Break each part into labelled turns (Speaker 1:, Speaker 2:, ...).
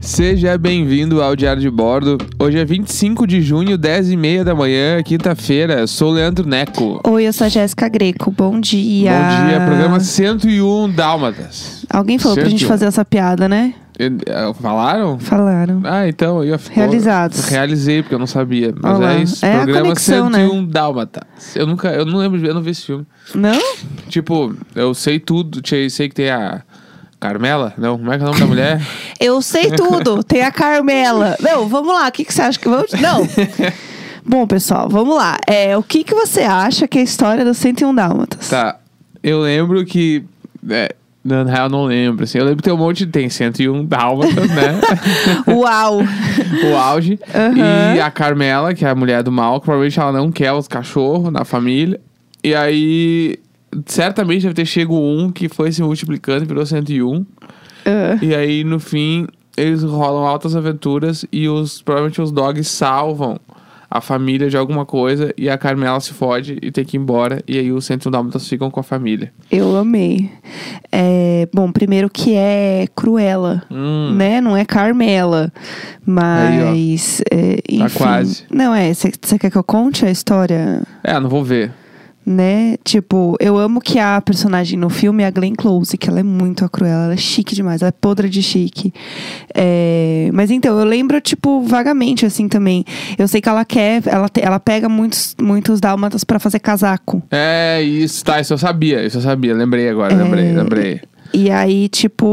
Speaker 1: Seja bem-vindo ao Diário de Bordo. Hoje é 25 de junho, 10h30 da manhã, quinta-feira. Sou Leandro Neco.
Speaker 2: Oi, eu sou a Jéssica Greco. Bom dia.
Speaker 1: Bom dia, programa 101 Dálmatas.
Speaker 2: Alguém falou pra gente
Speaker 1: 101.
Speaker 2: fazer essa piada, né?
Speaker 1: E- eh, Falaram?
Speaker 2: Falaram.
Speaker 1: Ah, então eu ia ficar.
Speaker 2: Realizados.
Speaker 1: Realizei, porque eu não sabia. Mas
Speaker 2: Olha lá.
Speaker 1: é isso.
Speaker 2: É a
Speaker 1: programa
Speaker 2: conexão,
Speaker 1: 101 Dálmatas. Eu nunca, eu não lembro, de- eu não vi esse filme.
Speaker 2: Não?
Speaker 1: Tipo, eu sei tudo, te- sei que tem a. Carmela? Não, como é que é o nome da mulher?
Speaker 2: Eu sei tudo. Tem a Carmela. Não, vamos lá. O que, que você acha que vamos. Não. Bom, pessoal, vamos lá. É, o que, que você acha que é a história do 101 Dálmatas?
Speaker 1: Tá. Eu lembro que. É, na real, não lembro. Assim, eu lembro que tem um monte de. Tem 101 dálmatas, né?
Speaker 2: Uau!
Speaker 1: o auge.
Speaker 2: Aham.
Speaker 1: E a Carmela, que é a mulher do mal, que provavelmente ela não quer os cachorros na família. E aí. Certamente deve ter chego um que foi se multiplicando e virou 101.
Speaker 2: Ah,
Speaker 1: E aí, no fim, eles rolam altas aventuras e os provavelmente os dogs salvam a família de alguma coisa e a Carmela se fode e tem que ir embora. E aí os 101 dálmatas ficam com a família.
Speaker 2: eu amei. É, bom, primeiro que é Cruella.
Speaker 1: Hum.
Speaker 2: né? Não é Carmela. Mas. é, enfim.
Speaker 1: Tá quase.
Speaker 2: Não, é. Você quer que eu conte a história?
Speaker 1: É, não vou ver.
Speaker 2: Né? Tipo, eu amo que a personagem no filme é a Glenn Close, que ela é muito a Cruella, ela é chique demais, ela é podre de chique. É, Mas então, eu lembro, tipo, vagamente, assim, também. Eu sei que ela quer, ela, te- ela pega muitos, muitos dálmatas pra fazer casaco.
Speaker 1: É, isso, tá, isso eu sabia, isso eu sabia. Lembrei agora,
Speaker 2: É.
Speaker 1: lembrei, lembrei.
Speaker 2: E aí, tipo,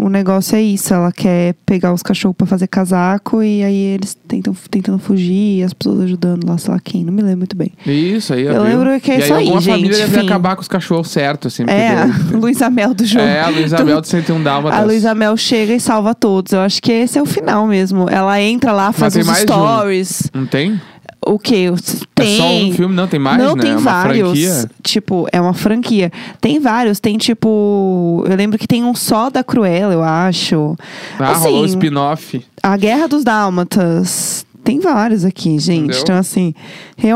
Speaker 2: o negócio é isso. Ela quer pegar os cachorros pra fazer casaco e aí eles tentam tentando fugir, e as pessoas ajudando lá, sei lá quem, não me lembro muito bem.
Speaker 1: Isso aí, viu?
Speaker 2: Eu lembro que é
Speaker 1: e
Speaker 2: isso
Speaker 1: aí,
Speaker 2: aí,
Speaker 1: alguma
Speaker 2: gente,
Speaker 1: família deve
Speaker 2: fim.
Speaker 1: acabar com os cachorros certo, assim. porque
Speaker 2: É, a
Speaker 1: deu-
Speaker 2: Luísa Mel do jogo.
Speaker 1: é, a Luísa Mel de 101 Dálmatas.
Speaker 2: A Luísa Mel chega e salva todos. Eu acho que esse é o final mesmo. Ela entra lá, faz
Speaker 1: tem
Speaker 2: os
Speaker 1: mais de um.
Speaker 2: stories.
Speaker 1: Não tem?
Speaker 2: O quê? Tem.
Speaker 1: É só um filme? Não, tem mais,
Speaker 2: não,
Speaker 1: né?
Speaker 2: tem
Speaker 1: é uma
Speaker 2: vários.
Speaker 1: franquia.
Speaker 2: Tipo, é uma franquia. Tem vários. Tem, tipo... Eu lembro que tem um só da Cruella, eu acho.
Speaker 1: Ah, rolou um
Speaker 2: Assim,
Speaker 1: spin-off.
Speaker 2: A Guerra dos Dálmatas. Tem vários aqui, gente.
Speaker 1: Entendeu?
Speaker 2: Então, assim,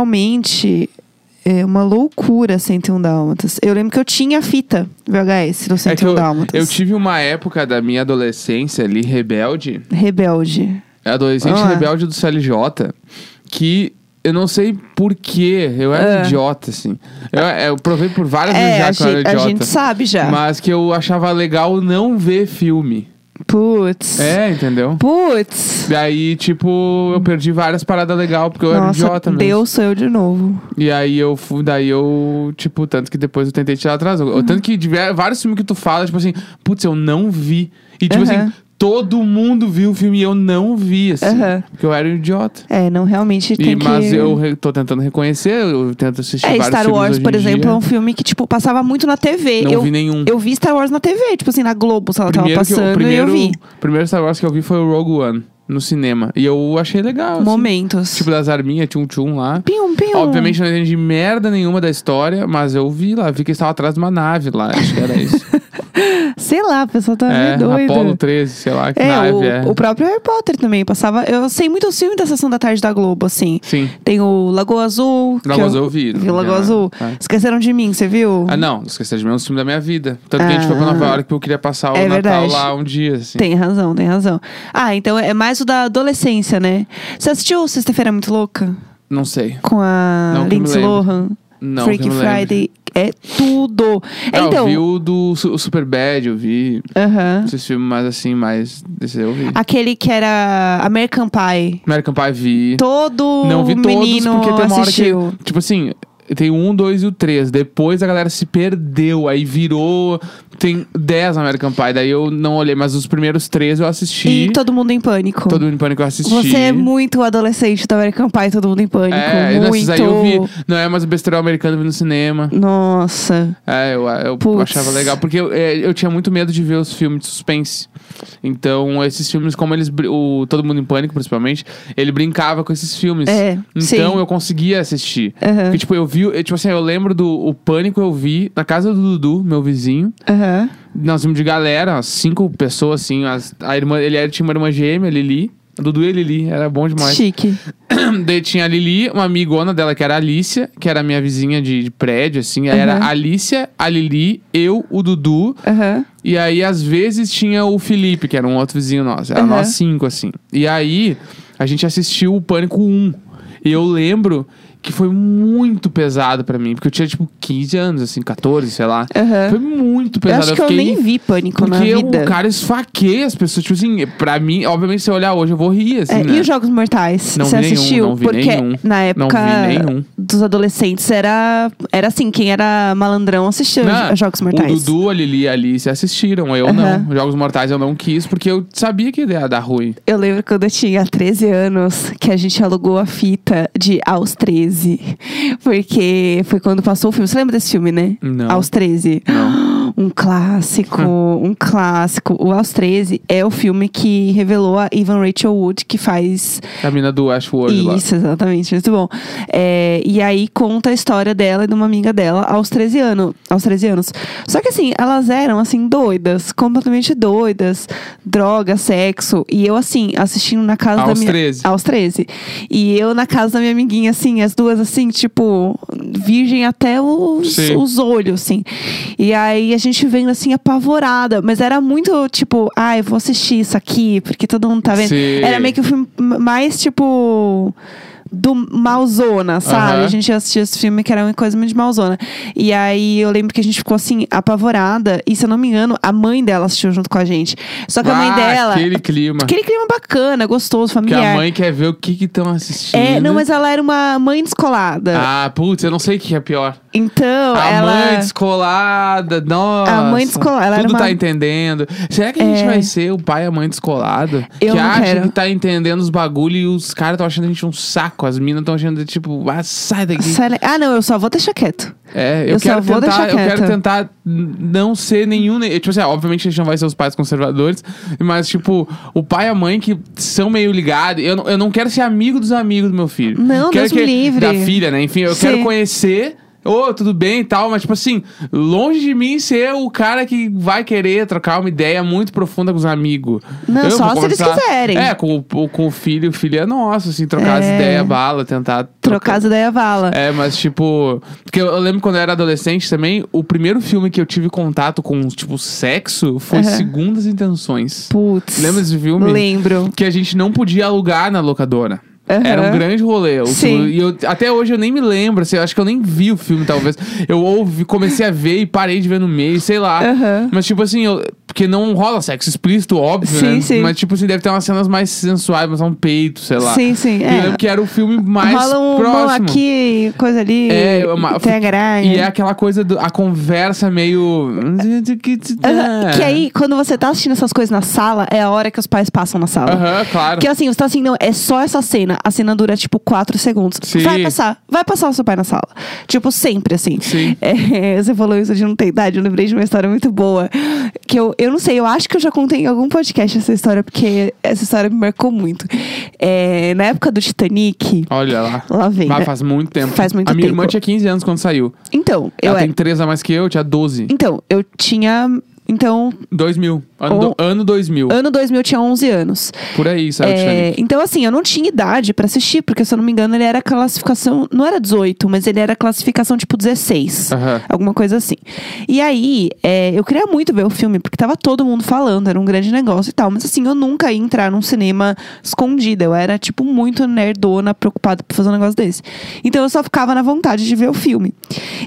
Speaker 2: realmente é uma loucura 101 Dálmatas. Eu lembro que eu tinha a fita VHS do 101
Speaker 1: É que eu,
Speaker 2: Dálmatas.
Speaker 1: eu tive uma época da minha adolescência ali, rebelde.
Speaker 2: Rebelde.
Speaker 1: Adolescente
Speaker 2: Ah.
Speaker 1: rebelde do CLJ. Que eu não sei porquê. Eu era
Speaker 2: Ah.
Speaker 1: idiota, assim. Eu, eu provei por várias
Speaker 2: É, a
Speaker 1: vezes já que eu era
Speaker 2: gente, a
Speaker 1: idiota.
Speaker 2: gente sabe já.
Speaker 1: Mas que eu achava legal não ver filme.
Speaker 2: Putz.
Speaker 1: É, entendeu?
Speaker 2: Putz.
Speaker 1: Daí, tipo, eu perdi várias paradas legais, porque eu era um
Speaker 2: Nossa,
Speaker 1: idiota mesmo.
Speaker 2: Deus sou eu de novo.
Speaker 1: E aí eu fui, daí eu, tipo, tanto que depois eu tentei tirar atrás.
Speaker 2: Uhum.
Speaker 1: Eu- Tanto que tiver vários filmes que tu fala, tipo assim, putz, eu não vi. E tipo
Speaker 2: Aham.
Speaker 1: assim, todo mundo viu o filme e eu não vi, assim.
Speaker 2: Aham.
Speaker 1: Porque eu era um idiota.
Speaker 2: É, não, realmente Uhum. tem
Speaker 1: E, mas
Speaker 2: que...
Speaker 1: eu re- tô tentando reconhecer, eu tento assistir
Speaker 2: É,
Speaker 1: vários
Speaker 2: Star
Speaker 1: filmes
Speaker 2: Wars,
Speaker 1: hoje em
Speaker 2: por exemplo, é
Speaker 1: dia.
Speaker 2: um filme que, tipo, passava muito na TV.
Speaker 1: Não
Speaker 2: eu,
Speaker 1: vi nenhum.
Speaker 2: eu vi Star Wars na TV, tipo assim, na Globo, se ela tava
Speaker 1: que eu-
Speaker 2: passando,
Speaker 1: primeiro,
Speaker 2: e eu vi.
Speaker 1: primeiro Star Wars que eu vi foi o Rogue One, no cinema. E eu achei legal, assim.
Speaker 2: Momentos.
Speaker 1: Tipo, das arminhas, tchum-tchum lá.
Speaker 2: pium, pium.
Speaker 1: Obviamente eu não entendi merda nenhuma da história, mas eu vi lá, vi que eles estavam atrás de uma nave lá, acho que era isso.
Speaker 2: Sei lá, a pessoa tá
Speaker 1: é,
Speaker 2: meio doida.
Speaker 1: Apolo 13, sei lá, que
Speaker 2: é,
Speaker 1: nave
Speaker 2: o,
Speaker 1: é.
Speaker 2: o próprio Harry Potter também passava. Eu sei muito o filme da sessão da tarde da Globo, assim.
Speaker 1: Sim.
Speaker 2: Tem o Lagoa Azul. que
Speaker 1: Lagoa
Speaker 2: eu-
Speaker 1: Azul eu vi, não
Speaker 2: Vi Lagoa
Speaker 1: vi nada,
Speaker 2: Azul.
Speaker 1: tá.
Speaker 2: Esqueceram de mim, você viu?
Speaker 1: Ah, não, esqueci de mim, é um filme da minha vida. Tanto que a gente
Speaker 2: Ah.
Speaker 1: foi pra Nova York porque eu queria passar o
Speaker 2: É
Speaker 1: Natal
Speaker 2: verdade.
Speaker 1: lá um dia, assim.
Speaker 2: Tem razão, tem razão. Ah, então é mais o da adolescência, né? Você assistiu Sexta-feira Muito Louca?
Speaker 1: Não sei.
Speaker 2: Com a
Speaker 1: Não, que eu me
Speaker 2: Lindsay
Speaker 1: lembre.
Speaker 2: Lohan?
Speaker 1: Não, que
Speaker 2: Freaky
Speaker 1: eu me lembre.
Speaker 2: Friday. É tudo.
Speaker 1: Ah, eu
Speaker 2: então.
Speaker 1: vi o do Su- o Superbad, eu vi
Speaker 2: aham.
Speaker 1: esses filmes mais assim, mais... Esse eu vi.
Speaker 2: Aquele que era American Pie.
Speaker 1: American Pie vi.
Speaker 2: Todo
Speaker 1: Não vi todos,
Speaker 2: menino
Speaker 1: porque tem uma
Speaker 2: assistiu.
Speaker 1: hora que. Tipo assim, tem o um, dois e o três. Depois a galera se perdeu, aí virou. Tem 10 American Pie. Daí eu não olhei, mas os primeiros três eu assisti.
Speaker 2: E Todo Mundo em Pânico.
Speaker 1: Todo mundo em pânico eu assisti.
Speaker 2: Você é muito adolescente do American Pie, Todo Mundo em Pânico.
Speaker 1: É,
Speaker 2: muito.
Speaker 1: esses aí eu vi. Não é mais o besteirão americano eu vi no cinema.
Speaker 2: Nossa.
Speaker 1: É, eu, eu
Speaker 2: Putz.
Speaker 1: achava legal. Porque eu, é, eu tinha muito medo de ver os filmes de suspense. Então, esses filmes, como eles. br- O Todo Mundo em Pânico, principalmente, ele brincava com esses filmes.
Speaker 2: É,
Speaker 1: então
Speaker 2: sim.
Speaker 1: eu conseguia assistir.
Speaker 2: Aham.
Speaker 1: Porque, tipo, eu vi. eu, tipo assim, eu lembro do o Pânico, eu vi na casa do Dudu, meu vizinho.
Speaker 2: Aham.
Speaker 1: Nós vimos de galera, umas cinco pessoas, assim. as- a irmã, ele era- tinha uma irmã gêmea, a Lili. Dudu e a Lili, era bom demais.
Speaker 2: Chique.
Speaker 1: Daí tinha a Lili, uma amigona dela, que era a Alicia, que era minha vizinha de, de prédio, assim. Aí era
Speaker 2: Aham.
Speaker 1: a Alicia, a Lili, eu, o Dudu.
Speaker 2: Aham.
Speaker 1: E aí, às vezes, tinha o Felipe, que era um outro vizinho nosso. Era
Speaker 2: Aham.
Speaker 1: nós cinco, assim. E aí, a gente assistiu o Pânico 1. E eu lembro que foi muito pesado pra mim. Porque eu tinha, tipo, 15 anos, assim, 14, sei lá.
Speaker 2: Aham.
Speaker 1: Foi muito
Speaker 2: Uhum. Eu
Speaker 1: pesado.
Speaker 2: acho que eu
Speaker 1: fiquei...
Speaker 2: nem vi pânico na
Speaker 1: Porque
Speaker 2: vida.
Speaker 1: o cara esfaqueia as pessoas. Tipo assim, pra mim, obviamente, se eu olhar hoje, eu vou rir, assim,
Speaker 2: É,
Speaker 1: né?
Speaker 2: E os Jogos Mortais?
Speaker 1: Não
Speaker 2: Você
Speaker 1: vi nenhum,
Speaker 2: assistiu?
Speaker 1: não vi
Speaker 2: Porque
Speaker 1: nenhum.
Speaker 2: na época
Speaker 1: vi nenhum.
Speaker 2: dos adolescentes era, era assim, quem era malandrão assistia
Speaker 1: Não,
Speaker 2: os Jogos Mortais.
Speaker 1: Né? O Dudu, a Lili e a Alice assistiram, eu não.
Speaker 2: Aham.
Speaker 1: Jogos Mortais eu não quis, porque eu sabia que ia dar ruim.
Speaker 2: Eu lembro quando eu tinha 13 anos que a gente alugou a fita de Aos 13. Porque foi quando passou o filme. Você lembra desse filme, né?
Speaker 1: Não.
Speaker 2: Aos 13.
Speaker 1: Não. Hum.
Speaker 2: Um clássico, um clássico. O Aos 13 é o filme que revelou a Evan Rachel Wood, que faz
Speaker 1: A mina do Ashworld lá.
Speaker 2: Isso, exatamente, muito bom. É, e aí conta a história dela e de uma amiga dela aos 13 anos. Aos 13 anos. Só que assim, elas eram assim, doidas, completamente doidas, droga, sexo. E eu, assim, assistindo na casa da
Speaker 1: Aos
Speaker 2: minha.
Speaker 1: 13.
Speaker 2: Aos 13. E eu na casa da minha amiguinha, assim, as duas, assim, tipo, virgem até os,
Speaker 1: Sim.
Speaker 2: os olhos, assim. E aí a gente vendo, assim, apavorada. Mas era muito, tipo, ai, eu vou assistir isso aqui, porque todo mundo tá vendo.
Speaker 1: Sim.
Speaker 2: Era meio que o filme mais, tipo. Do Malzona, sabe?
Speaker 1: Aham.
Speaker 2: A gente assistia esse filme que era uma coisa muito de Malzona. E aí eu lembro que a gente ficou assim, apavorada. E se eu não me engano, a mãe dela assistiu junto com a gente. Só que a mãe
Speaker 1: Ah,
Speaker 2: dela.
Speaker 1: Aquele clima.
Speaker 2: Aquele clima bacana, gostoso,
Speaker 1: Que
Speaker 2: familiar.
Speaker 1: a mãe quer ver o que estão assistindo.
Speaker 2: É, não, mas ela era uma mãe descolada.
Speaker 1: Ah, putz, eu não sei o que é pior.
Speaker 2: Então,
Speaker 1: a
Speaker 2: ela.
Speaker 1: mãe descolada, nossa.
Speaker 2: A mãe descolada, ela era
Speaker 1: Tudo
Speaker 2: uma-
Speaker 1: tá entendendo. Será que a gente
Speaker 2: É.
Speaker 1: vai ser o pai e a mãe descolada?
Speaker 2: Eu
Speaker 1: que
Speaker 2: não
Speaker 1: acha
Speaker 2: quero.
Speaker 1: que tá entendendo os bagulho e os caras estão achando a gente um saco. As minas estão achando, tipo, ah, sai daqui.
Speaker 2: Sai- Ah, não, eu só vou deixar quieto.
Speaker 1: É, eu,
Speaker 2: Eu só
Speaker 1: quero
Speaker 2: vou
Speaker 1: tentar,
Speaker 2: deixar
Speaker 1: eu quero
Speaker 2: quieto.
Speaker 1: tentar n- não ser nenhum, ne- tipo assim, ah, obviamente a gente não vai ser os pais conservadores, mas tipo, o pai e a mãe que são meio ligados, eu, não- eu não quero ser amigo dos amigos do meu filho.
Speaker 2: Não,
Speaker 1: quero
Speaker 2: Deus me livre.
Speaker 1: Da filha, né? Enfim, eu
Speaker 2: Sim.
Speaker 1: quero conhecer Ô, tudo bem e tal, mas tipo assim, longe de mim ser o cara que vai querer trocar uma ideia muito profunda com os amigos.
Speaker 2: Não,
Speaker 1: Eu
Speaker 2: só
Speaker 1: vou
Speaker 2: se eles
Speaker 1: conversar-
Speaker 2: quiserem.
Speaker 1: É, com, o- com o filho, o filho é nosso, assim, trocar as
Speaker 2: É.
Speaker 1: ideias, bala, tentar
Speaker 2: Trocar as ideias vala.
Speaker 1: é, mas tipo. Porque eu eu lembro quando eu era adolescente também, o primeiro filme que eu tive contato com, tipo, sexo foi
Speaker 2: Aham.
Speaker 1: Segundas Intenções.
Speaker 2: Putz.
Speaker 1: Lembra desse filme?
Speaker 2: Lembro.
Speaker 1: Que a gente não podia alugar na locadora.
Speaker 2: Aham.
Speaker 1: Era um grande rolê. Eu-
Speaker 2: Sim.
Speaker 1: E eu, até hoje eu nem me lembro, assim, eu acho que eu nem vi o filme, talvez. Eu ouvi, comecei a ver e parei de ver no meio, sei lá.
Speaker 2: Aham.
Speaker 1: Mas, tipo assim, eu- porque não rola sexo explícito, óbvio,
Speaker 2: Sim,
Speaker 1: né?
Speaker 2: sim.
Speaker 1: Mas, tipo assim, deve ter umas cenas mais sensuais, mas um peito, sei lá.
Speaker 2: Sim, sim.
Speaker 1: E
Speaker 2: é.
Speaker 1: Eu lembro que era o filme mais
Speaker 2: Rola um
Speaker 1: próximo.
Speaker 2: mão aqui, coisa ali.
Speaker 1: É, uma-
Speaker 2: tem a granha.
Speaker 1: E é aquela coisa, do, a conversa meio. É.
Speaker 2: Aham, Que aí, quando você tá assistindo essas coisas na sala, é a hora que os pais passam na sala.
Speaker 1: Aham, claro.
Speaker 2: Que assim, você tá assim, não, é só essa cena. A cena dura, tipo, quatro segundos.
Speaker 1: Sim.
Speaker 2: Vai passar, vai passar o seu pai na sala. Tipo, sempre, assim.
Speaker 1: Sim.
Speaker 2: É, você falou isso de não ter idade, eu lembrei de uma história muito boa. Que eu, eu não sei, eu acho que eu já contei em algum podcast essa história, porque essa história me marcou muito. É, na época do Titanic,
Speaker 1: Olha lá.
Speaker 2: lá vem.
Speaker 1: Mas
Speaker 2: né?
Speaker 1: faz muito tempo.
Speaker 2: Faz muito
Speaker 1: a minha
Speaker 2: tempo.
Speaker 1: irmã tinha 15 anos quando saiu.
Speaker 2: Então, eu
Speaker 1: Ela
Speaker 2: era.
Speaker 1: tem 3 a mais que eu, tinha 12.
Speaker 2: Então, eu tinha. Então,
Speaker 1: 2000. Ano,
Speaker 2: Ou-
Speaker 1: do- ano 2000.
Speaker 2: ano 2000 eu tinha 11 anos.
Speaker 1: Por aí, saiu o
Speaker 2: Oh. Ah, É,
Speaker 1: Titanic.
Speaker 2: então, assim, eu não tinha idade pra assistir, porque se eu não me engano, ele era classificação. Não era 18, mas ele era classificação tipo 16.
Speaker 1: Aham.
Speaker 2: Alguma coisa assim. E aí, é, eu queria muito ver o filme, porque tava todo mundo falando, era um grande negócio e tal. Mas assim, eu nunca ia entrar num cinema escondida. Eu era, tipo, muito nerdona, preocupada por fazer um negócio desse. Então eu só ficava na vontade de ver o filme.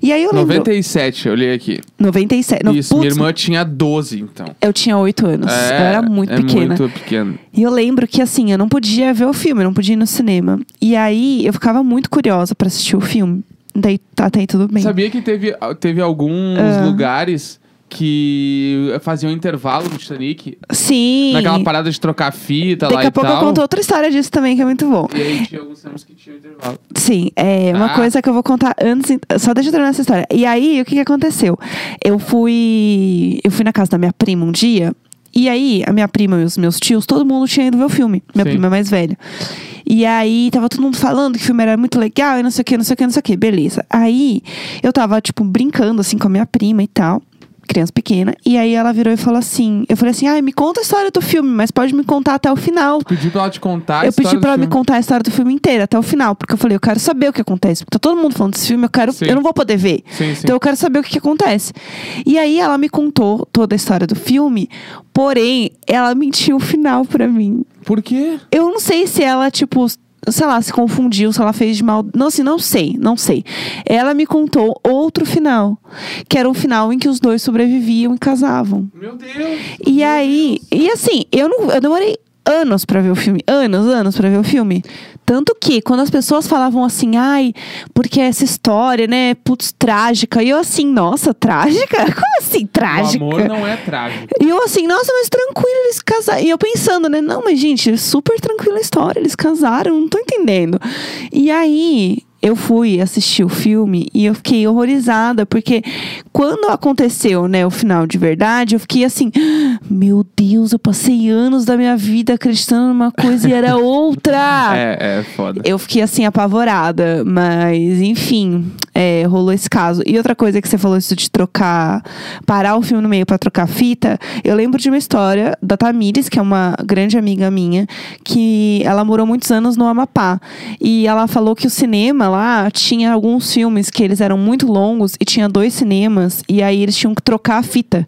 Speaker 2: E aí eu lembro.
Speaker 1: 97, eu olhei aqui.
Speaker 2: 97. Não,
Speaker 1: Isso, minha
Speaker 2: putz,
Speaker 1: irmã tinha 12, então.
Speaker 2: Eu tinha 8 anos.
Speaker 1: É,
Speaker 2: eu era muito
Speaker 1: é
Speaker 2: pequena.
Speaker 1: Muito pequena.
Speaker 2: E eu lembro que, assim, eu não podia ver o filme, eu não podia ir no cinema. E aí, eu ficava muito curiosa pra assistir o filme. Daí, tá, até aí tudo bem.
Speaker 1: Sabia que teve, teve alguns
Speaker 2: Ah.
Speaker 1: lugares que faziam intervalo no Titanic?
Speaker 2: Sim.
Speaker 1: Naquela parada de trocar fita lá
Speaker 2: Daqui a
Speaker 1: e
Speaker 2: pouco
Speaker 1: tal.
Speaker 2: eu conto outra história disso também, que é muito bom.
Speaker 1: E aí tinha alguns filmes que tinham intervalo.
Speaker 2: Sim, é uma
Speaker 1: Ah.
Speaker 2: coisa que eu vou contar antes. Só deixa eu terminar essa história. E aí, o que, que aconteceu? Eu fui. Eu fui na casa da minha prima um dia. E aí, a minha prima e os meus tios, todo mundo tinha ido ver o filme. Minha
Speaker 1: Sim.
Speaker 2: prima é mais velha. E aí, tava todo mundo falando que o filme era muito legal e não sei o que, não sei o que, não sei o que. Beleza. Aí, eu tava, tipo, brincando, assim, com a minha prima e tal. criança pequena. E aí ela virou e falou assim: Eu falei assim, ai, me conta a história do filme, mas pode me contar até o final.
Speaker 1: Pedi pra ela te contar a
Speaker 2: Eu pedi
Speaker 1: história do
Speaker 2: pra ela me
Speaker 1: filme.
Speaker 2: contar a história do filme inteiro, até o final, porque eu falei, eu quero saber o que acontece. Porque tá todo mundo falando desse filme, eu quero.
Speaker 1: Sim.
Speaker 2: Eu não vou poder ver.
Speaker 1: Sim, sim.
Speaker 2: Então eu quero saber o que, que acontece. E aí ela me contou toda a história do filme, porém, ela mentiu o final pra mim.
Speaker 1: Por quê?
Speaker 2: Eu não sei se ela, tipo, sei lá, se confundiu, se ela fez de mal. Não, assim, não sei, não sei. Ela me contou outro final. Que era um final em que os dois sobreviviam e casavam.
Speaker 1: Meu Deus!
Speaker 2: E aí, e assim, eu não, eu demorei anos pra ver o filme, anos, anos pra ver o filme. Tanto que quando as pessoas falavam assim, ai, porque essa história, né, putz, trágica. E eu assim, nossa, trágica? Como assim, trágica?
Speaker 1: O amor não é trágico.
Speaker 2: E eu assim, nossa, mas tranquilo, eles casaram. E eu pensando, né? Não, mas gente, super tranquila a história, eles casaram, não tô entendendo. E aí, eu fui assistir o filme e eu fiquei horrorizada, porque quando aconteceu, né, o final de verdade, eu fiquei assim, "Ah, meu Deus, eu passei anos da minha vida acreditando numa coisa e era outra.
Speaker 1: É, é foda.
Speaker 2: Eu fiquei assim, apavorada, mas enfim, é, rolou esse caso. E outra coisa que você falou, isso de trocar, parar o filme no meio pra trocar fita, eu lembro de uma história da Tamires, que é uma grande amiga minha, que ela morou muitos anos no Amapá. E ela falou que o cinema lá tinha alguns filmes que eles eram muito longos e tinha dois cinemas, e aí eles tinham que trocar a fita.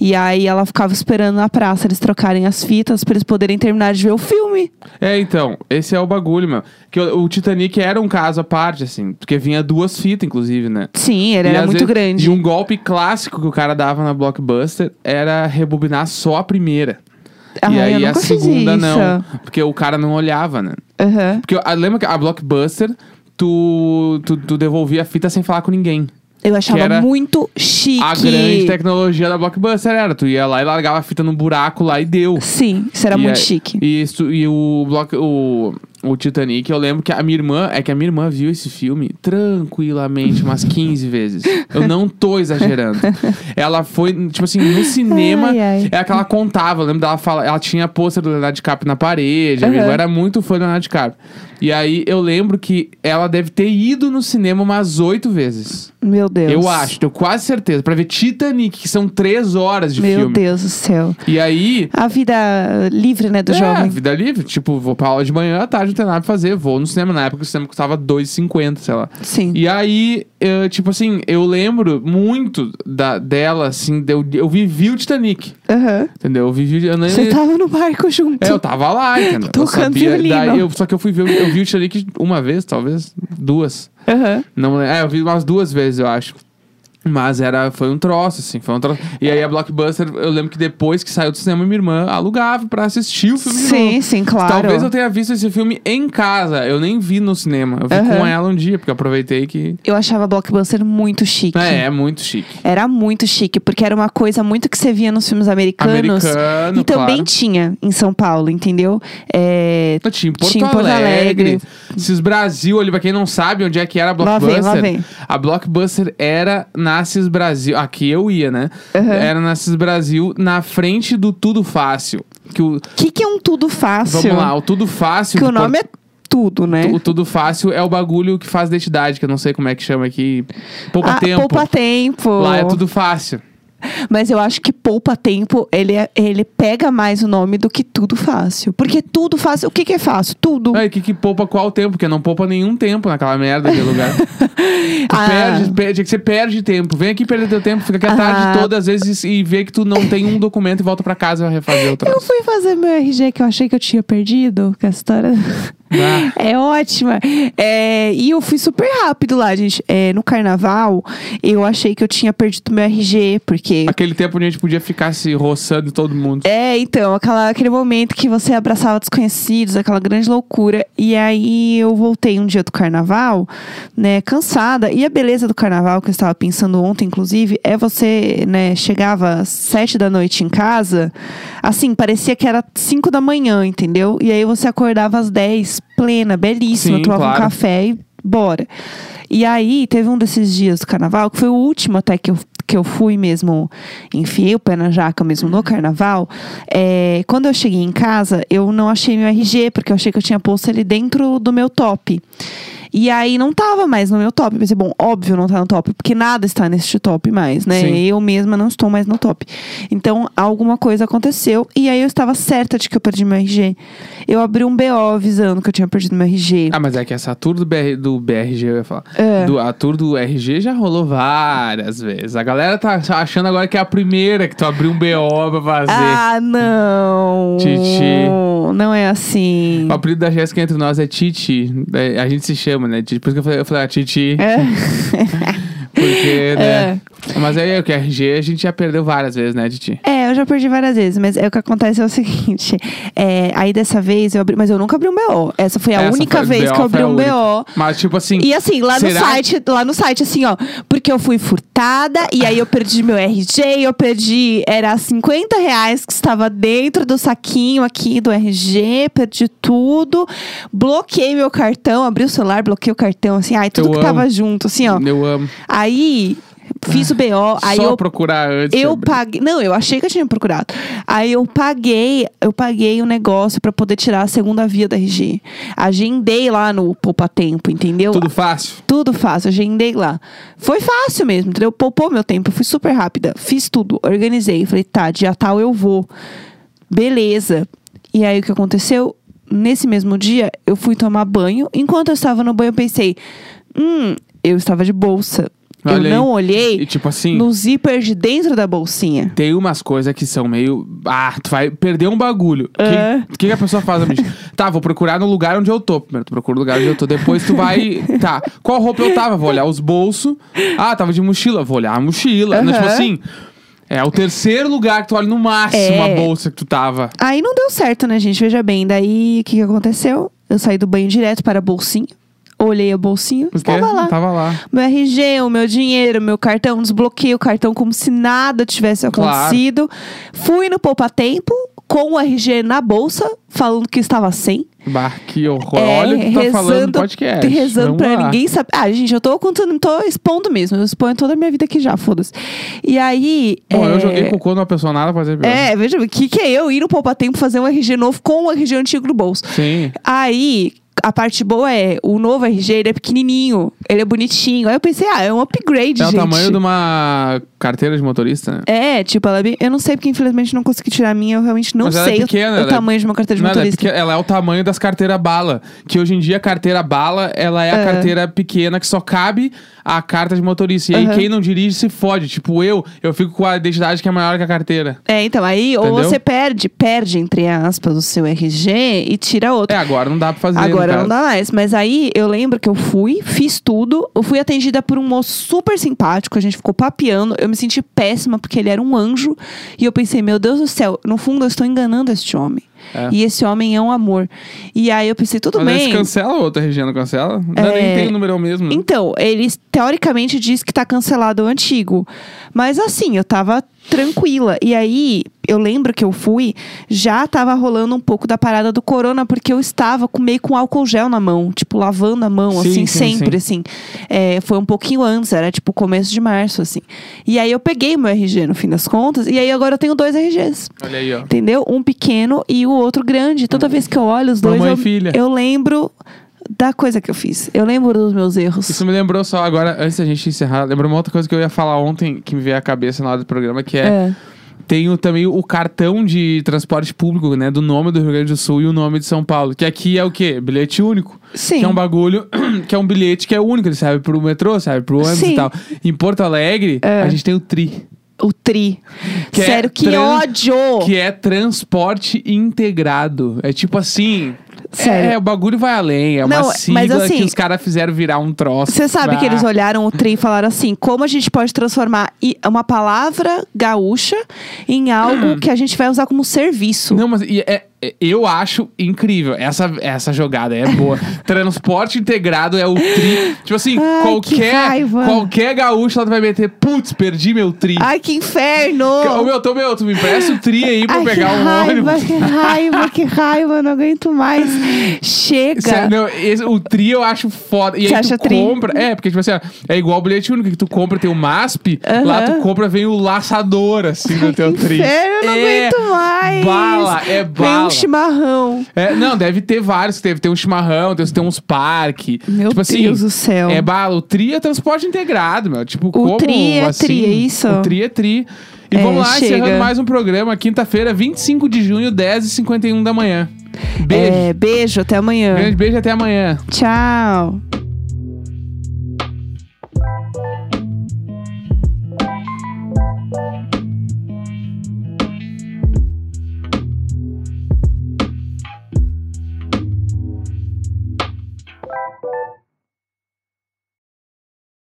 Speaker 2: E aí ela ficava esperando na praça eles trocarem as fitas pra eles poderem terminar de ver o filme.
Speaker 1: É, então, esse é o bagulho, meu. Que o, o Titanic era um caso à parte, assim. Porque vinha duas fitas, inclusive, né?
Speaker 2: Sim, ele
Speaker 1: E
Speaker 2: era
Speaker 1: às
Speaker 2: muito
Speaker 1: vezes-
Speaker 2: grande.
Speaker 1: E um golpe clássico que o cara dava na Blockbuster era rebobinar só a primeira.
Speaker 2: Ah,
Speaker 1: e aí
Speaker 2: eu
Speaker 1: a
Speaker 2: nunca fiz
Speaker 1: segunda
Speaker 2: isso.
Speaker 1: não. Porque o cara não olhava, né?
Speaker 2: Aham.
Speaker 1: Porque ah, lembra que a Blockbuster, tu, tu, tu devolvia a fita sem falar com ninguém.
Speaker 2: Eu achava
Speaker 1: Que era
Speaker 2: muito chique.
Speaker 1: A grande tecnologia da Blockbuster era, tu ia lá e largava a fita num buraco lá e deu.
Speaker 2: Sim, isso era
Speaker 1: E
Speaker 2: muito
Speaker 1: é-
Speaker 2: chique.
Speaker 1: E, isso, e o, bloco, o, o Titanic, eu lembro que a minha irmã, é que a minha irmã viu esse filme tranquilamente umas 15 vezes. Eu não tô exagerando. Ela foi, tipo assim, no cinema,
Speaker 2: Ai, ai.
Speaker 1: é aquela contava. Eu lembro dela fala, ela tinha pôster do Leonardo DiCaprio na parede.
Speaker 2: Aham.
Speaker 1: Eu era muito fã do Leonardo DiCaprio. E aí eu lembro que ela deve ter ido no cinema umas oito vezes.
Speaker 2: Meu Deus.
Speaker 1: Eu acho, tenho quase certeza. Pra ver Titanic, que são três horas de
Speaker 2: Meu
Speaker 1: filme.
Speaker 2: Deus do céu.
Speaker 1: E aí,
Speaker 2: A vida livre, né, do
Speaker 1: é,
Speaker 2: jovem.
Speaker 1: vida livre. Tipo, vou pra aula de manhã, à tarde não tem nada pra fazer. Vou no cinema. Na época o cinema custava 2,50, sei lá.
Speaker 2: Sim.
Speaker 1: E aí, eu, tipo assim, eu lembro muito da, dela, assim, de eu, eu vivi o Titanic,
Speaker 2: Aham.
Speaker 1: entendeu? Eu vivi... Eu nem,
Speaker 2: Você tava no barco junto.
Speaker 1: É, eu tava lá, entendeu? Eu
Speaker 2: Tocando
Speaker 1: sabia,
Speaker 2: violino.
Speaker 1: daí eu- Só que eu fui ver, o- eu vi o Titanic uma vez, talvez, duas.
Speaker 2: Aham.
Speaker 1: Não, é, eu vi umas duas vezes, eu acho. Mas era, foi um troço, assim, foi um troço. E aí a Blockbuster, eu lembro que depois que saiu do cinema, minha irmã alugava pra assistir o filme de novo.
Speaker 2: Sim, sim, claro.
Speaker 1: Talvez eu tenha visto esse filme em casa. Eu nem vi no cinema. Eu vi
Speaker 2: Aham.
Speaker 1: com ela um dia, porque eu aproveitei que.
Speaker 2: Eu achava Blockbuster muito chique.
Speaker 1: É, é muito chique.
Speaker 2: Era muito chique, porque era uma coisa muito que você via nos filmes americanos.
Speaker 1: Americano,
Speaker 2: e também
Speaker 1: claro. Tá,
Speaker 2: tinha em São Paulo, entendeu? É,
Speaker 1: Tinha em Porto,
Speaker 2: Tinha em Porto
Speaker 1: Alegre.
Speaker 2: Alegre.
Speaker 1: Esses Brasil ali, pra quem não sabe onde é que era a
Speaker 2: Lá
Speaker 1: Blockbuster.
Speaker 2: vem, lá vem.
Speaker 1: A Blockbuster era na Cis Brasil. Aqui eu ia, né? Era na Cis Brasil, na frente do Tudo Fácil. Que o,
Speaker 2: O que, que é um tudo fácil?
Speaker 1: vamos lá, o Tudo Fácil.
Speaker 2: Que o
Speaker 1: do
Speaker 2: nome é tudo, né?
Speaker 1: Porto- O Tudo Fácil é o bagulho que faz identidade, que eu não sei como é que chama aqui. Poupa
Speaker 2: Ah,
Speaker 1: tempo.
Speaker 2: Poupa tempo.
Speaker 1: Lá é tudo fácil.
Speaker 2: Mas eu acho que poupa tempo, ele, é- ele pega mais o nome do que tudo fácil. Porque tudo fácil. O que, que é fácil? Tudo.
Speaker 1: Aí, que, que poupa qual tempo? Porque não poupa nenhum tempo naquela merda de lugar. Tu
Speaker 2: Ah.
Speaker 1: perde, perde, é que você perde tempo. Vem aqui perder teu tempo, fica aqui a
Speaker 2: Ah.
Speaker 1: tarde toda, às vezes, e vê que tu não tem um documento e volta pra casa e refazer o
Speaker 2: Eu
Speaker 1: troço.
Speaker 2: fui fazer meu RG que eu achei que eu tinha perdido, que a história
Speaker 1: Ah.
Speaker 2: é ótima. É, e eu fui super rápido lá, gente. É, no carnaval, eu achei que eu tinha perdido meu RG, porque
Speaker 1: Aquele tempo onde a gente podia ficar se roçando em todo mundo.
Speaker 2: É, então, aquela- aquele momento que você abraçava desconhecidos, aquela grande loucura. E aí eu voltei um dia do carnaval, né, cansada. E a beleza do carnaval, que eu estava pensando ontem, inclusive, é você, né, chegava às sete da noite em casa, assim, parecia que era cinco da manhã, entendeu? E aí você acordava às dez, plena, belíssima,
Speaker 1: Sim,
Speaker 2: tomava um
Speaker 1: claro.
Speaker 2: café e bora. E aí, teve um desses dias do carnaval, que foi o último até que eu, que eu fui mesmo, enfiei o pé na jaca mesmo no carnaval. É, quando eu cheguei em casa, eu não achei meu RG, porque eu achei que eu tinha posto ele dentro do meu top. E aí não tava mais no meu top. Eu pensei, bom, óbvio não tá no top, porque nada está neste top mais, né?
Speaker 1: Sim.
Speaker 2: Eu mesma não estou mais no top. Então, alguma coisa aconteceu. E aí eu estava certa de que eu perdi meu RG. Eu abri um BO avisando que eu tinha perdido meu RG.
Speaker 1: Ah, mas é que essa tour do, BR, do BRG, eu ia falar.
Speaker 2: É.
Speaker 1: Do- a tour do RG já rolou várias vezes. A galera tá achando agora que é a primeira que tu abriu um BO pra fazer.
Speaker 2: Ah, não!
Speaker 1: Titi.
Speaker 2: Não é assim.
Speaker 1: O apelido da Jéssica entre nós é Titi. É, A gente se chama, né? Titi. Por isso que eu falei, eu falei ah, Titi.
Speaker 2: É.
Speaker 1: Porque, né? Mas aí é que RG a gente já perdeu várias vezes, né, Titi?
Speaker 2: É, eu já perdi várias vezes, mas é, o que acontece é o seguinte. é, aí dessa vez eu abri. Mas eu nunca abri um BO. Essa foi a
Speaker 1: Essa
Speaker 2: única
Speaker 1: foi-
Speaker 2: vez
Speaker 1: BO
Speaker 2: que eu abri
Speaker 1: foi a
Speaker 2: um
Speaker 1: única.
Speaker 2: BO.
Speaker 1: Mas, tipo assim.
Speaker 2: E assim, lá
Speaker 1: será-
Speaker 2: no site, lá no site, assim, ó, porque eu fui furtada e aí eu perdi meu RG, eu perdi, era 50 reais que estava dentro do saquinho aqui do RG, perdi tudo, bloqueei meu cartão, abri o celular, bloqueei o cartão, assim, ai, tudo
Speaker 1: Eu
Speaker 2: que
Speaker 1: amo.
Speaker 2: tava junto, assim, ó.
Speaker 1: Eu amo.
Speaker 2: Aí fiz o BO,
Speaker 1: Ah,
Speaker 2: aí
Speaker 1: Só
Speaker 2: eu
Speaker 1: procurar antes.
Speaker 2: eu
Speaker 1: sabe?
Speaker 2: paguei. Não, eu achei que eu tinha procurado. Aí eu paguei, eu paguei o negócio pra poder tirar a segunda via da RG. Agendei lá no Poupa Tempo, entendeu?
Speaker 1: Tudo fácil.
Speaker 2: Tudo fácil, agendei lá. Foi fácil mesmo, entendeu? Poupou meu tempo, eu fui super rápida. Fiz tudo, organizei. Falei, tá, dia tal eu vou. Beleza. E aí o que aconteceu? Nesse mesmo dia, eu fui tomar banho. Enquanto eu estava no banho, eu pensei: hum, eu estava de bolsa. eu
Speaker 1: Olha aí.
Speaker 2: não olhei
Speaker 1: E tipo assim.
Speaker 2: no zíper de dentro da bolsinha.
Speaker 1: Tem umas coisas que são meio. Ah, tu vai perder um bagulho. O
Speaker 2: É.
Speaker 1: que, que a pessoa faz, amiga? tá, vou procurar no lugar onde eu tô. Primeiro, tu procura o lugar onde eu tô. Depois tu vai. Tá, qual roupa eu tava? Vou olhar os bolsos. Ah, tava de mochila. Vou olhar a mochila. Né, Tipo
Speaker 2: Aham.
Speaker 1: assim. É o terceiro lugar que tu olha no máximo
Speaker 2: É.
Speaker 1: a bolsa que tu tava.
Speaker 2: Aí não deu certo, né, gente? Veja bem. Daí, o que, que aconteceu? Eu saí do banho direto para a bolsinha. Olhei a bolsinha,
Speaker 1: Porque
Speaker 2: estava lá.
Speaker 1: Tava lá.
Speaker 2: Meu RG, o meu dinheiro, meu cartão, desbloqueei o cartão como se nada tivesse
Speaker 1: Claro.
Speaker 2: acontecido. Fui no Poupa Tempo com o RG na bolsa, falando que estava sem.
Speaker 1: Bah, que horror.
Speaker 2: É,
Speaker 1: Olha o que tu tá falando no podcast.
Speaker 2: Rezando
Speaker 1: Vamos
Speaker 2: pra
Speaker 1: lá.
Speaker 2: ninguém saber. Ah, gente, eu tô contando, tô expondo mesmo. Eu exponho toda a minha vida aqui já, foda-se. E aí.
Speaker 1: Bom, eu
Speaker 2: é,
Speaker 1: joguei cocô numa pessoa nada pra fazer pior.
Speaker 2: É, veja, o que, que é eu ir no Poupa Tempo fazer um RG novo com o RG antigo no bolso?
Speaker 1: Sim.
Speaker 2: Aí, a parte boa é, o novo RG, ele é pequenininho, ele é bonitinho. Aí eu pensei, ah, é um upgrade,
Speaker 1: É o
Speaker 2: gente.
Speaker 1: tamanho de uma carteira de motorista, né?
Speaker 2: É, tipo, ela é bem... Eu não sei, porque infelizmente não consegui tirar a minha. Eu realmente não
Speaker 1: Mas ela é
Speaker 2: sei o-
Speaker 1: pequena,
Speaker 2: o,
Speaker 1: ela é-
Speaker 2: tamanho de uma carteira de
Speaker 1: Não, ela é,
Speaker 2: motorista.
Speaker 1: pequena, ela é o tamanho das carteiras bala. Que hoje em dia a carteira bala, ela é a carteira pequena que só cabe a carta de motorista. E aí
Speaker 2: Aham.
Speaker 1: quem não dirige se fode. Tipo eu, eu fico com a identidade que é maior que a carteira.
Speaker 2: É, então, aí ou
Speaker 1: Entendeu?
Speaker 2: você perde, perde, entre aspas, o seu RG e tira outro.
Speaker 1: É, agora não dá pra fazer.
Speaker 2: Agora não
Speaker 1: no caso.
Speaker 2: dá mais. Mas aí eu lembro que eu fui, fiz tudo. Eu fui atendida por um moço super simpático. A gente ficou papeando. Eu me senti péssima porque ele era um anjo. E eu pensei, meu Deus do céu, no fundo eu estou enganando este homem.
Speaker 1: É.
Speaker 2: E esse homem é um amor. E aí eu pensei, tudo
Speaker 1: Mas aí
Speaker 2: bem.
Speaker 1: se cancela o outro RG, não cancela? Não,
Speaker 2: É.
Speaker 1: Nem tem o número é o mesmo. né?
Speaker 2: Então, ele teoricamente diz que tá cancelado o antigo. Mas assim, eu tava tranquila. E aí, eu lembro que eu fui, já tava rolando um pouco da parada do corona, porque eu estava com, meio com álcool gel na mão, tipo, lavando a mão,
Speaker 1: Sim, sim,
Speaker 2: assim, sempre, assim. É, foi um pouquinho antes, era tipo começo de março, assim. E aí eu peguei meu RG no fim das contas, e aí agora eu tenho dois RGs.
Speaker 1: Olha aí, ó.
Speaker 2: Entendeu? Um pequeno e o outro grande. Toda vez que eu olho os dois,
Speaker 1: Mamãe e
Speaker 2: eu,
Speaker 1: filha.
Speaker 2: eu lembro da coisa que eu fiz. Eu lembro dos meus erros.
Speaker 1: Isso me lembrou só agora, antes da gente encerrar, lembrou uma outra coisa que eu ia falar ontem, que me veio à cabeça na hora do programa, que é.
Speaker 2: É.
Speaker 1: Tem o- também o cartão de transporte público, né? Do nome do Rio Grande do Sul e o nome de São Paulo. Que aqui é o quê? Bilhete único.
Speaker 2: Sim.
Speaker 1: Que é um bagulho, que é um bilhete que é único. Ele serve pro metrô, serve pro ônibus
Speaker 2: Sim. É.
Speaker 1: e tal. Em Porto Alegre, a gente tem o TRI.
Speaker 2: O tri.
Speaker 1: Que é
Speaker 2: Sério, que
Speaker 1: trans-
Speaker 2: ódio!
Speaker 1: Que é transporte integrado. É tipo assim...
Speaker 2: Sério.
Speaker 1: É, o bagulho vai além. É
Speaker 2: Não,
Speaker 1: uma
Speaker 2: mas
Speaker 1: sigla
Speaker 2: assim-
Speaker 1: que os caras fizeram virar um troço.
Speaker 2: Você sabe que
Speaker 1: Ah.
Speaker 2: eles olharam o tri e falaram assim: como a gente pode transformar i- uma palavra gaúcha em algo que a gente vai usar como serviço?
Speaker 1: Hum. Não, mas e é- é- eu acho incrível. Essa, essa jogada é boa. Transporte integrado é o tri. Tipo assim,
Speaker 2: Ai, que
Speaker 1: qualquer,
Speaker 2: raiva.
Speaker 1: qualquer gaúcho lá tu vai meter. Putz, perdi meu tri.
Speaker 2: Ai, que inferno!
Speaker 1: Ô, meu, tô, meu, tu me empresta o tri aí pra eu
Speaker 2: Ai,
Speaker 1: pegar
Speaker 2: que
Speaker 1: um
Speaker 2: raiva,
Speaker 1: ônibus.
Speaker 2: que raiva, que raiva, não aguento mais. Chega.
Speaker 1: Sério, não, esse- o tri eu acho foda. E
Speaker 2: Você
Speaker 1: aí
Speaker 2: acha
Speaker 1: tu
Speaker 2: tri?
Speaker 1: compra. É, porque, tipo assim, ó, é igual o bilhete único que tu compra, tem o MASP,
Speaker 2: Aham.
Speaker 1: lá tu compra, vem o laçador, assim, no teu tri.
Speaker 2: Inferno, eu não
Speaker 1: É
Speaker 2: aguento mais.
Speaker 1: Bala, é
Speaker 2: Vem
Speaker 1: bala.
Speaker 2: um chimarrão.
Speaker 1: É, não, deve ter vários. Deve ter um chimarrão, deve ter uns parques.
Speaker 2: Meu
Speaker 1: tipo
Speaker 2: Deus
Speaker 1: assim,
Speaker 2: do céu.
Speaker 1: É bala, o tri é transporte integrado, meu. Tipo, como
Speaker 2: tri é
Speaker 1: assim?
Speaker 2: tri, é isso?
Speaker 1: O tri é tri. E
Speaker 2: É,
Speaker 1: vamos lá,
Speaker 2: chega.
Speaker 1: encerrando mais um programa, quinta-feira, 25 de junho, 10h51 da manhã. Beijo.
Speaker 2: É, beijo, até amanhã.
Speaker 1: Grande beijo e até amanhã.
Speaker 2: Tchau.